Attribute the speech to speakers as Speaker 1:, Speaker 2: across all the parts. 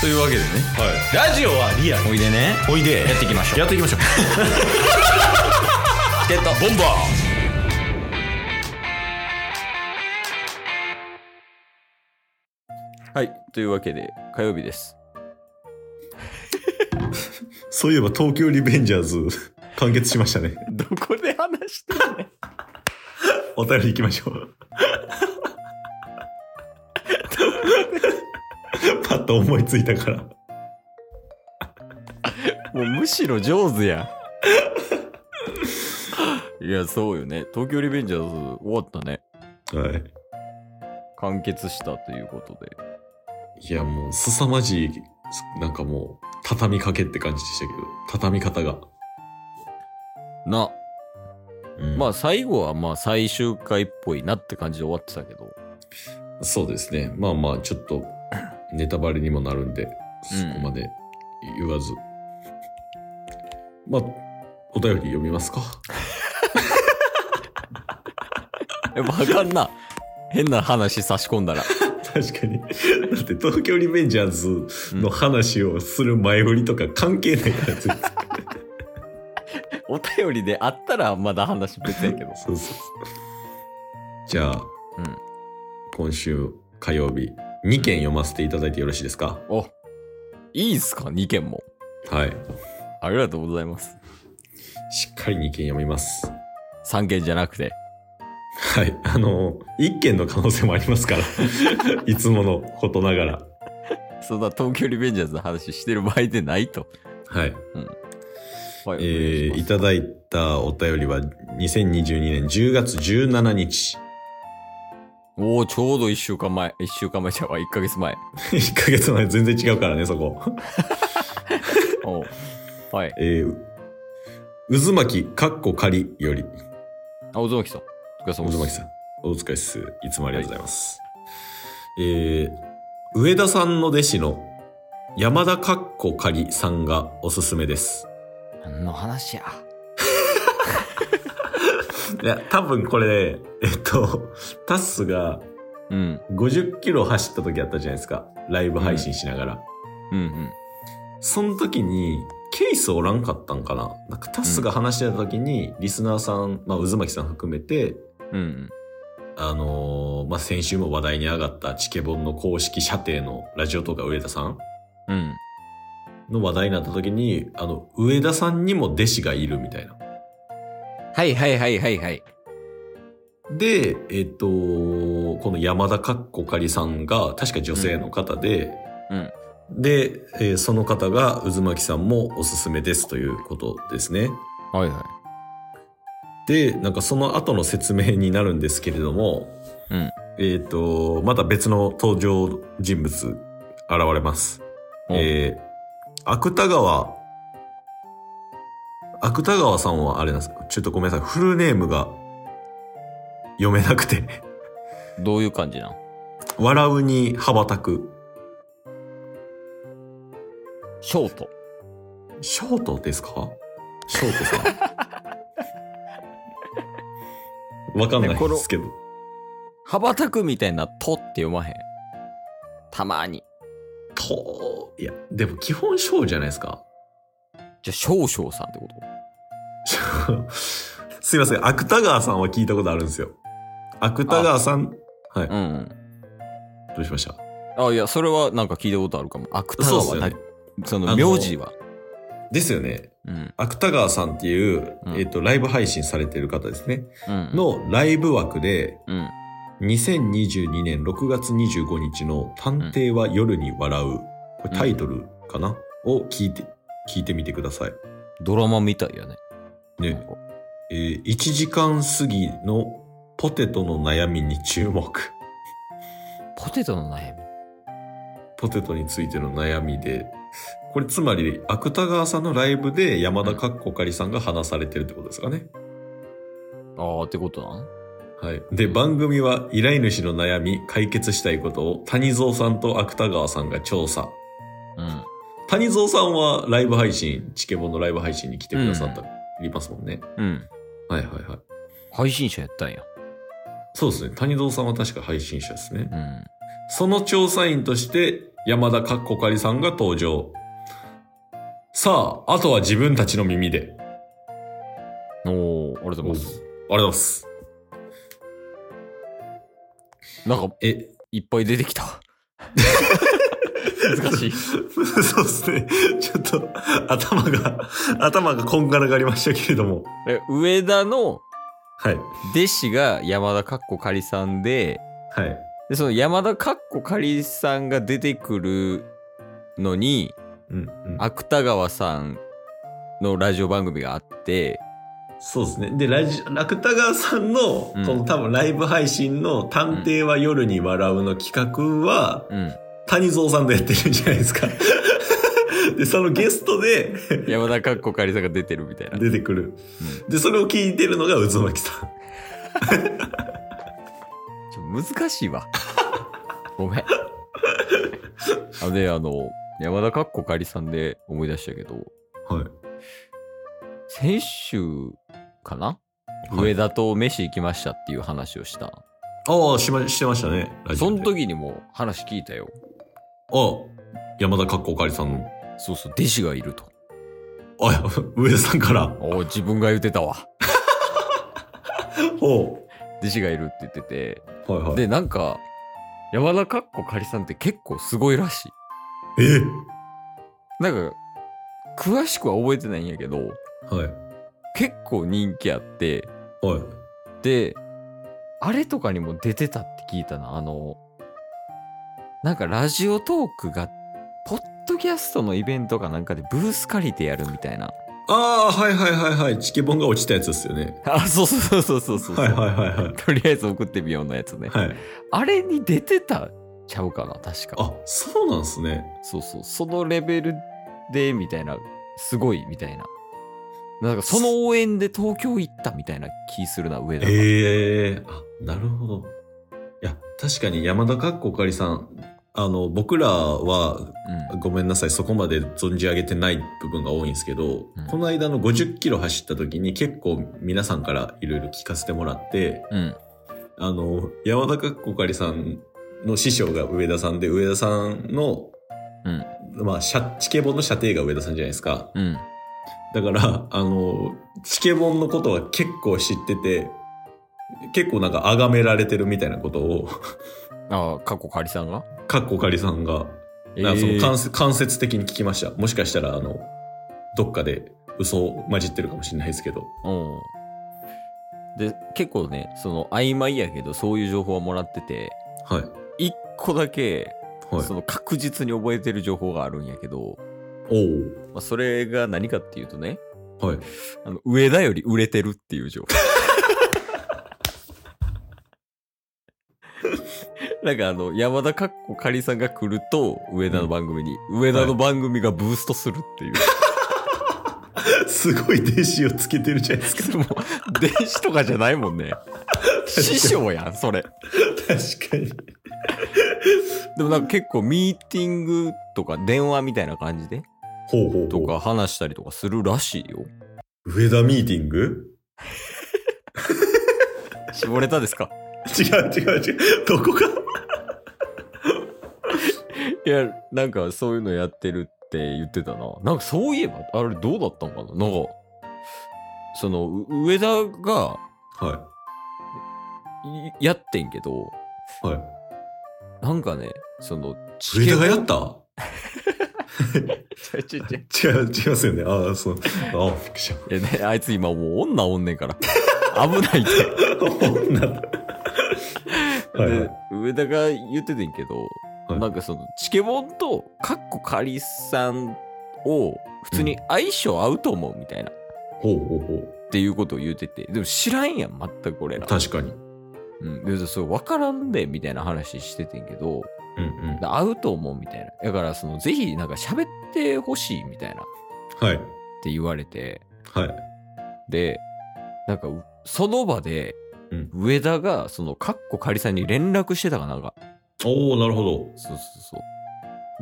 Speaker 1: というわけでね
Speaker 2: ラジオはリアル
Speaker 1: おいでね
Speaker 2: おいで
Speaker 1: やっていきましょう
Speaker 2: やってい きましょう
Speaker 1: チケットボンバーはいというわけで火曜日です
Speaker 3: そういえば東京リベンジャーズ完結しましたね。
Speaker 1: どこで話してんね
Speaker 3: お便り行きましょう。パッと思いついたから。
Speaker 1: もうむしろ上手やん いやそうよね東京リベンジャーズ終わったね
Speaker 3: はい。
Speaker 1: 完結したということで
Speaker 3: いやもう凄まじい、なんかもう畳みかけって感じでしたけど、畳み方が。
Speaker 1: な
Speaker 3: うん
Speaker 1: まあ最後はまあ最終回っぽいなって感じで終わってたけど
Speaker 3: そうですね。まあまあちょっとネタバレにもなるんで、そこまで言わず。まあ、お便り読みますか。
Speaker 1: やっぱあかんな変な話差し込んだら
Speaker 3: 確かに。だって東京リベンジャーズの話をする前振りとか関係ないから、絶対
Speaker 1: お便りであったらまだ話別やけど
Speaker 3: そうそうそうじゃあ、
Speaker 1: うん
Speaker 3: 今週火曜日2件読ませていただいてよろしいですか、
Speaker 1: おいいっすか2件も
Speaker 3: はい。
Speaker 1: ありがとうございます
Speaker 3: しっかり2件読みます。
Speaker 1: 3件じゃなくて
Speaker 3: はい。あの、1件の可能性もあり ますから。いつものことながら。
Speaker 1: そんな東京リベンジャーズの話してる場合でないと
Speaker 3: はい。
Speaker 1: はい
Speaker 3: え
Speaker 1: お願
Speaker 3: ー、
Speaker 1: い
Speaker 3: い
Speaker 1: しま
Speaker 3: ただいたお便りは2022年10月17日。
Speaker 1: すおおちょうど1週間前1週間前じゃわ1ヶ月前
Speaker 3: 1ヶ月前全然違うからね、そこ。
Speaker 1: おうはい
Speaker 3: えー、う渦巻き、かっこ仮より、
Speaker 1: あおぞまきさんお疲れ様
Speaker 3: 渦
Speaker 1: です
Speaker 3: 巻さん、お疲れっす。いつもありがとうございます。えー、上田さんの弟子の山田かっこ仮さんがおすすめです。
Speaker 1: 何の話や
Speaker 3: いや、多分これ、えっと、タッスが
Speaker 1: うん
Speaker 3: 50キロ走った時あったじゃないですか。ライブ配信しながら。
Speaker 1: うんうん
Speaker 3: その時に、ケイスおらんかったんかななんかタッスが話してた時に、リスナーさん、まあ、渦巻さん含めて、
Speaker 1: うんうん
Speaker 3: あのーまあ、先週も話題に上がったチケボンの公式射程のラジオとか上田さん
Speaker 1: うん
Speaker 3: の話題になった時に、あの、上田さんにも弟子がいるみたいな。
Speaker 1: はいはいはいはいはい。
Speaker 3: で、えっと、この山田かっこかりさんが、確か女性の方で、
Speaker 1: うん
Speaker 3: で、えーその方が渦巻さんもおすすめですということですね。
Speaker 1: はいは
Speaker 3: で、なんかその後の説明になるんですけれども、
Speaker 1: うん
Speaker 3: えっ、と、また別の登場人物現れます。
Speaker 1: お
Speaker 3: えー、芥川、芥川さんはあれなんですかちょっとごめんなさい。フルネームが読めなくて。
Speaker 1: い。どういう感じなん
Speaker 3: 笑うに羽ばたく。
Speaker 1: ショート。
Speaker 3: ショートですかショートさん。わかんないですけど。
Speaker 1: 羽ばたくみたいな、とって読まへん。たまに。
Speaker 3: と、いや、でも基本ショーじゃないですか。
Speaker 1: じゃあ、少々さんってこと
Speaker 3: すいません、芥川さんは聞いたことあるんですよ。芥川さん、はい、
Speaker 1: うん、
Speaker 3: どうしました
Speaker 1: うん。あ、いや、それはなんか聞いたことあるかも。芥川
Speaker 3: そうっす
Speaker 1: は、
Speaker 3: よ
Speaker 1: ね
Speaker 3: ね、
Speaker 1: その
Speaker 3: あの
Speaker 1: 名字は。
Speaker 3: ですよね。
Speaker 1: うん。
Speaker 3: 芥川さんっていう、
Speaker 1: うん
Speaker 3: えっ、と、ライブ配信されてる方ですね。
Speaker 1: うん。、
Speaker 3: のライブ枠で、
Speaker 1: うん。
Speaker 3: 2022年6月25日の探偵は夜に笑う、これタイトルかな、を聞いて、聞いてみてください。
Speaker 1: ドラマみたいやね。なん
Speaker 3: ね、
Speaker 1: か
Speaker 3: えー1時間過ぎのポテトの悩みに注目。
Speaker 1: ポテトの悩み。
Speaker 3: ポテトについての悩みで、これつまり芥川さんのライブで山田かっこかりさんが話されてるってことですかね。
Speaker 1: ああ、ってことなん
Speaker 3: はい。で、番組は依頼主の悩み、解決したいことを谷蔵さんと芥川さんが調査。
Speaker 1: うん。
Speaker 3: 谷蔵さんはライブ配信、チケボンのライブ配信に来てくださった、いますもんね。
Speaker 1: うん。
Speaker 3: はいはいはい。
Speaker 1: 配信者やったんや。
Speaker 3: そうですね。谷蔵さんは確か配信者ですね。
Speaker 1: うん。
Speaker 3: その調査員として山田かっこかりさんが登場。さあ、あとは自分たちの耳で。
Speaker 1: おー、ありがとうご
Speaker 3: おありがとうご
Speaker 1: ざい
Speaker 3: ざ
Speaker 1: ます。
Speaker 3: います。
Speaker 1: なんか、
Speaker 3: え、
Speaker 1: いっぱい出てきた。難しい。
Speaker 3: そうですね。ちょっと、頭が、頭がこんがらがりましたけれども。
Speaker 1: え上田の
Speaker 3: はい。
Speaker 1: 弟子が山田かっこかりさんで、
Speaker 3: はい。
Speaker 1: で、その山田かっこかりさんが出てくるのに、
Speaker 3: うん、うん。
Speaker 1: 芥川さんのラジオ番組があって、
Speaker 3: そうですね。で、ラジ、芥川さんの、こ
Speaker 1: うん
Speaker 3: の多分ライブ配信の探偵は夜に笑うの企画は、
Speaker 1: うん。
Speaker 3: 谷蔵さんとやってるじゃないです か。で、そのゲストで
Speaker 1: 山田かっこかりさんが出てるみたいな。
Speaker 3: 出てくる。で、それを聞いてるのが渦巻さん。
Speaker 1: ちょ難しい わ。ごめん。あで、あの、山田かっこかりさんで思い出したけど、
Speaker 3: はい。
Speaker 1: 先週かな、
Speaker 3: はい
Speaker 1: 上田と飯行きましたっていう話をした。
Speaker 3: ああ、しま、してましたね。ラジ
Speaker 1: そ
Speaker 3: オ
Speaker 1: の
Speaker 3: で。
Speaker 1: 時にも話聞いたよ。
Speaker 3: ああ、山田かっこおかりさんの。
Speaker 1: そうそう、弟子がいると。
Speaker 3: あ、 や上田さんから。
Speaker 1: おう自分が言ってたわ。
Speaker 3: ほ
Speaker 1: 弟子がいるって言ってて。
Speaker 3: う。はいはい。
Speaker 1: で、なんか、山田かっこかりさんって結構すごいらしい。
Speaker 3: え
Speaker 1: なんか、詳しくは覚えてないんやけど、
Speaker 3: はい。
Speaker 1: 結構人気あって、
Speaker 3: はい。
Speaker 1: で、あれとかにも出てたって聞いたな。あの、なんかラジオトークが、ポッドキャストのイベントかなんかでブース借りてやるみたいな。
Speaker 3: ああ、はいはいはいはい。チケボンが落ちたやつですよね。
Speaker 1: あ、そうそうそうそうそうそう。
Speaker 3: はいはいはいはい。
Speaker 1: とりあえず送ってみようのやつね。
Speaker 3: はい。
Speaker 1: あれに出てたちゃうかな、確か。
Speaker 3: あ、そうなんですね。
Speaker 1: そうそう。そのレベルで、みたいな、すごい、みたいな。なんかその応援で東京行ったみたいな気するな、上田が。
Speaker 3: ええあ、なるほど。いや、確かに山田かっこかりさん、あの、僕らは、ごめんなさい、そこまで存じ上げてない部分が多いんですけど、
Speaker 1: うん
Speaker 3: この間の50キロ走った時に結構皆さんからいろいろ聞かせてもらって、
Speaker 1: うん。うん。
Speaker 3: あの、山田かっこかりさんの師匠が上田さんで、上田さんの、
Speaker 1: うん
Speaker 3: まあ、シャチケボンの射程が上田さんじゃないですか。
Speaker 1: うん。
Speaker 3: だから、あの、チケボンのことは結構知ってて、結構なんか崇められてるみたいなことを、
Speaker 1: ああ、過去仮さんが
Speaker 3: かっこかりさんが、
Speaker 1: え
Speaker 3: なんかその
Speaker 1: ー
Speaker 3: 間接間接的に聞きました。もしかしたら、あの、どっかで嘘を混じってるかもしれないですけど。
Speaker 1: うん。で、結構ね、その曖昧やけど、そういう情報はもらってて、
Speaker 3: はい。
Speaker 1: 一個だけ、
Speaker 3: はい
Speaker 1: そ。の確実に覚えてる情報があるんやけど、
Speaker 3: お
Speaker 1: まあ、それが何かっていうとね、
Speaker 3: おはい。
Speaker 1: あの、上田より売れてるっていう 情報。なんかあの、山田かっこかりさんが来ると、上田の番組に、上田の番組がブーストするっていう。
Speaker 3: すごい弟子をつけてるじゃないですか。
Speaker 1: もう、弟子とかじゃないもんね。師匠やん、それ。
Speaker 3: 確かに。
Speaker 1: でもなんか結構ミーティングとか電話みたいな感じで
Speaker 3: ほうほうほ
Speaker 1: と
Speaker 3: う。
Speaker 1: か話したりとかするらしいよ。
Speaker 3: 上田ミーティング
Speaker 1: 絞れたですか
Speaker 3: 違う違う違う。どこか
Speaker 1: いや、なんかそういうのやってるって言ってたな。なんかそういえば、あれどうだったんかななんか、その、う上田が
Speaker 3: はい
Speaker 1: やってんけど、
Speaker 3: い。はい。
Speaker 1: なんかね、その、チケ
Speaker 3: 上田
Speaker 1: ボ
Speaker 3: が
Speaker 1: ン
Speaker 3: やった
Speaker 1: ちゃちゃちゃ い
Speaker 3: 違う、違いますよね。ああ、そう。ああ、びっくりし
Speaker 1: やねあいつ今もう女おんねん から。危ないって。
Speaker 3: た。 女だ。はいは
Speaker 1: で上田が言っててんけど、
Speaker 3: はい
Speaker 1: なんかそのチケボンとカッコカリさんを普通に相性合うと思うみたいな、っ
Speaker 3: ほうほうほ
Speaker 1: ていうことを言うててでも知らんやん全く俺
Speaker 3: う。
Speaker 1: ら、
Speaker 3: 確かに。
Speaker 1: うん、でそれ分からんでみたいな話しててんけど
Speaker 3: うんうん。
Speaker 1: 合うと思うみたいなだからそのぜひなんか喋ってほしいみたいなっ
Speaker 3: はい。
Speaker 1: て言われて
Speaker 3: はい。
Speaker 1: でなんかうその場で
Speaker 3: うん
Speaker 1: 上田がそのカッコカリさんに連絡してたかなんか
Speaker 3: おおなるほど。
Speaker 1: そうそうそう。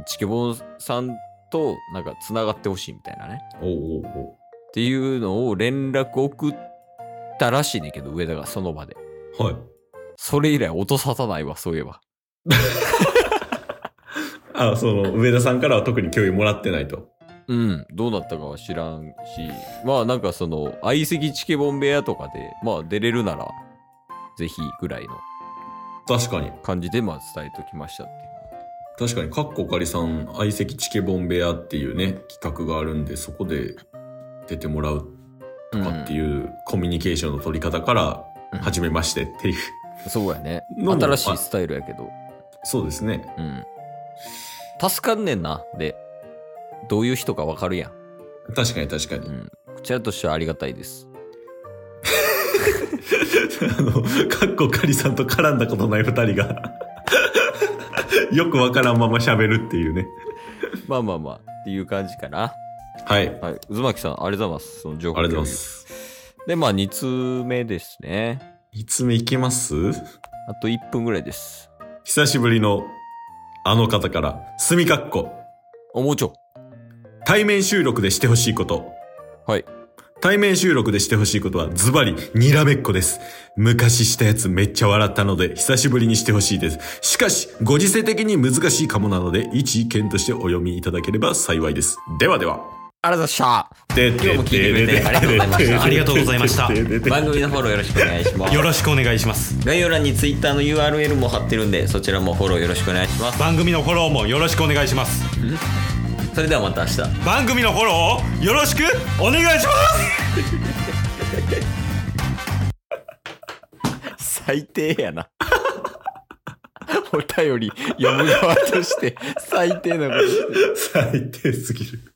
Speaker 1: チケボンさんとなんかつながってほしいみたいなね。
Speaker 3: おうおうお
Speaker 1: っていうのを連絡送ったらしいねんけど、上田がその場で。
Speaker 3: うはい。
Speaker 1: それ以来音沙汰ないわ、そういえば。
Speaker 3: あ、その、上田さんからは特に共有もらってないと。
Speaker 1: うん、どうなったかは知らんし、まあなんかその、相席チケボン部屋とかで、まあ出れるなら、ぜひぐらいの
Speaker 3: 確かに。
Speaker 1: 感じで、まあ伝えときましたっていう。
Speaker 3: 確かに、かっこおかりさん、相席チケボン部屋っていうね、企画があるんで、そこで出てもらうとかっていうコミュニケーションの取り方から、
Speaker 1: うん
Speaker 3: 初めましてっていう。
Speaker 1: そうやね。
Speaker 3: のも
Speaker 1: 新しいスタイルやけど。
Speaker 3: そうですね。
Speaker 1: うん。助かんねんな。で、どういう人かわかるやん。
Speaker 3: 確かに確かに
Speaker 1: う。ん。こちらとしてはありがたいです。
Speaker 3: あの、かっこかりさんと絡んだことない二人が、よくわからんまま喋るっていうね。
Speaker 1: まあまあまあ、っていう感じかな。
Speaker 3: はい。ありが
Speaker 1: はい。渦巻さん、ありがとうございます。その情報
Speaker 3: とうございま
Speaker 1: 共
Speaker 3: す。
Speaker 1: 有で、まあ2通目ですね。
Speaker 3: いつ目いけます
Speaker 1: あと1分ぐらいです。
Speaker 3: 久しぶりのあの方から、すみかっこ。
Speaker 1: おもうちょ。
Speaker 3: 対面収録でしてほしいこと。
Speaker 1: はい。
Speaker 3: 対面収録でしてほしいことはズバリにらめっこです。昔したやつめっちゃ笑ったので久しぶりにしてほしいです。しかし、ご時世的に難しいかもなので、一意見としてお読みいただければ幸いです。ではでは。
Speaker 1: ありがとうございました。
Speaker 3: で
Speaker 1: 今日も聞いてくれてありがとうございました
Speaker 2: ありがとうございました
Speaker 1: 番組のフォローよろしくお願いしま
Speaker 2: よ
Speaker 1: す
Speaker 2: ろしくお願いします
Speaker 1: 概要欄に Twitter の URL も貼ってるんでそちらもフォローよろしくお願いします
Speaker 2: 番組のフォローもよろしくお願いします
Speaker 1: それではまた明日
Speaker 2: 番組のフォローをよろしくお願いします
Speaker 1: 最低やな お便り読む側として最低なことして
Speaker 3: 最低すぎる。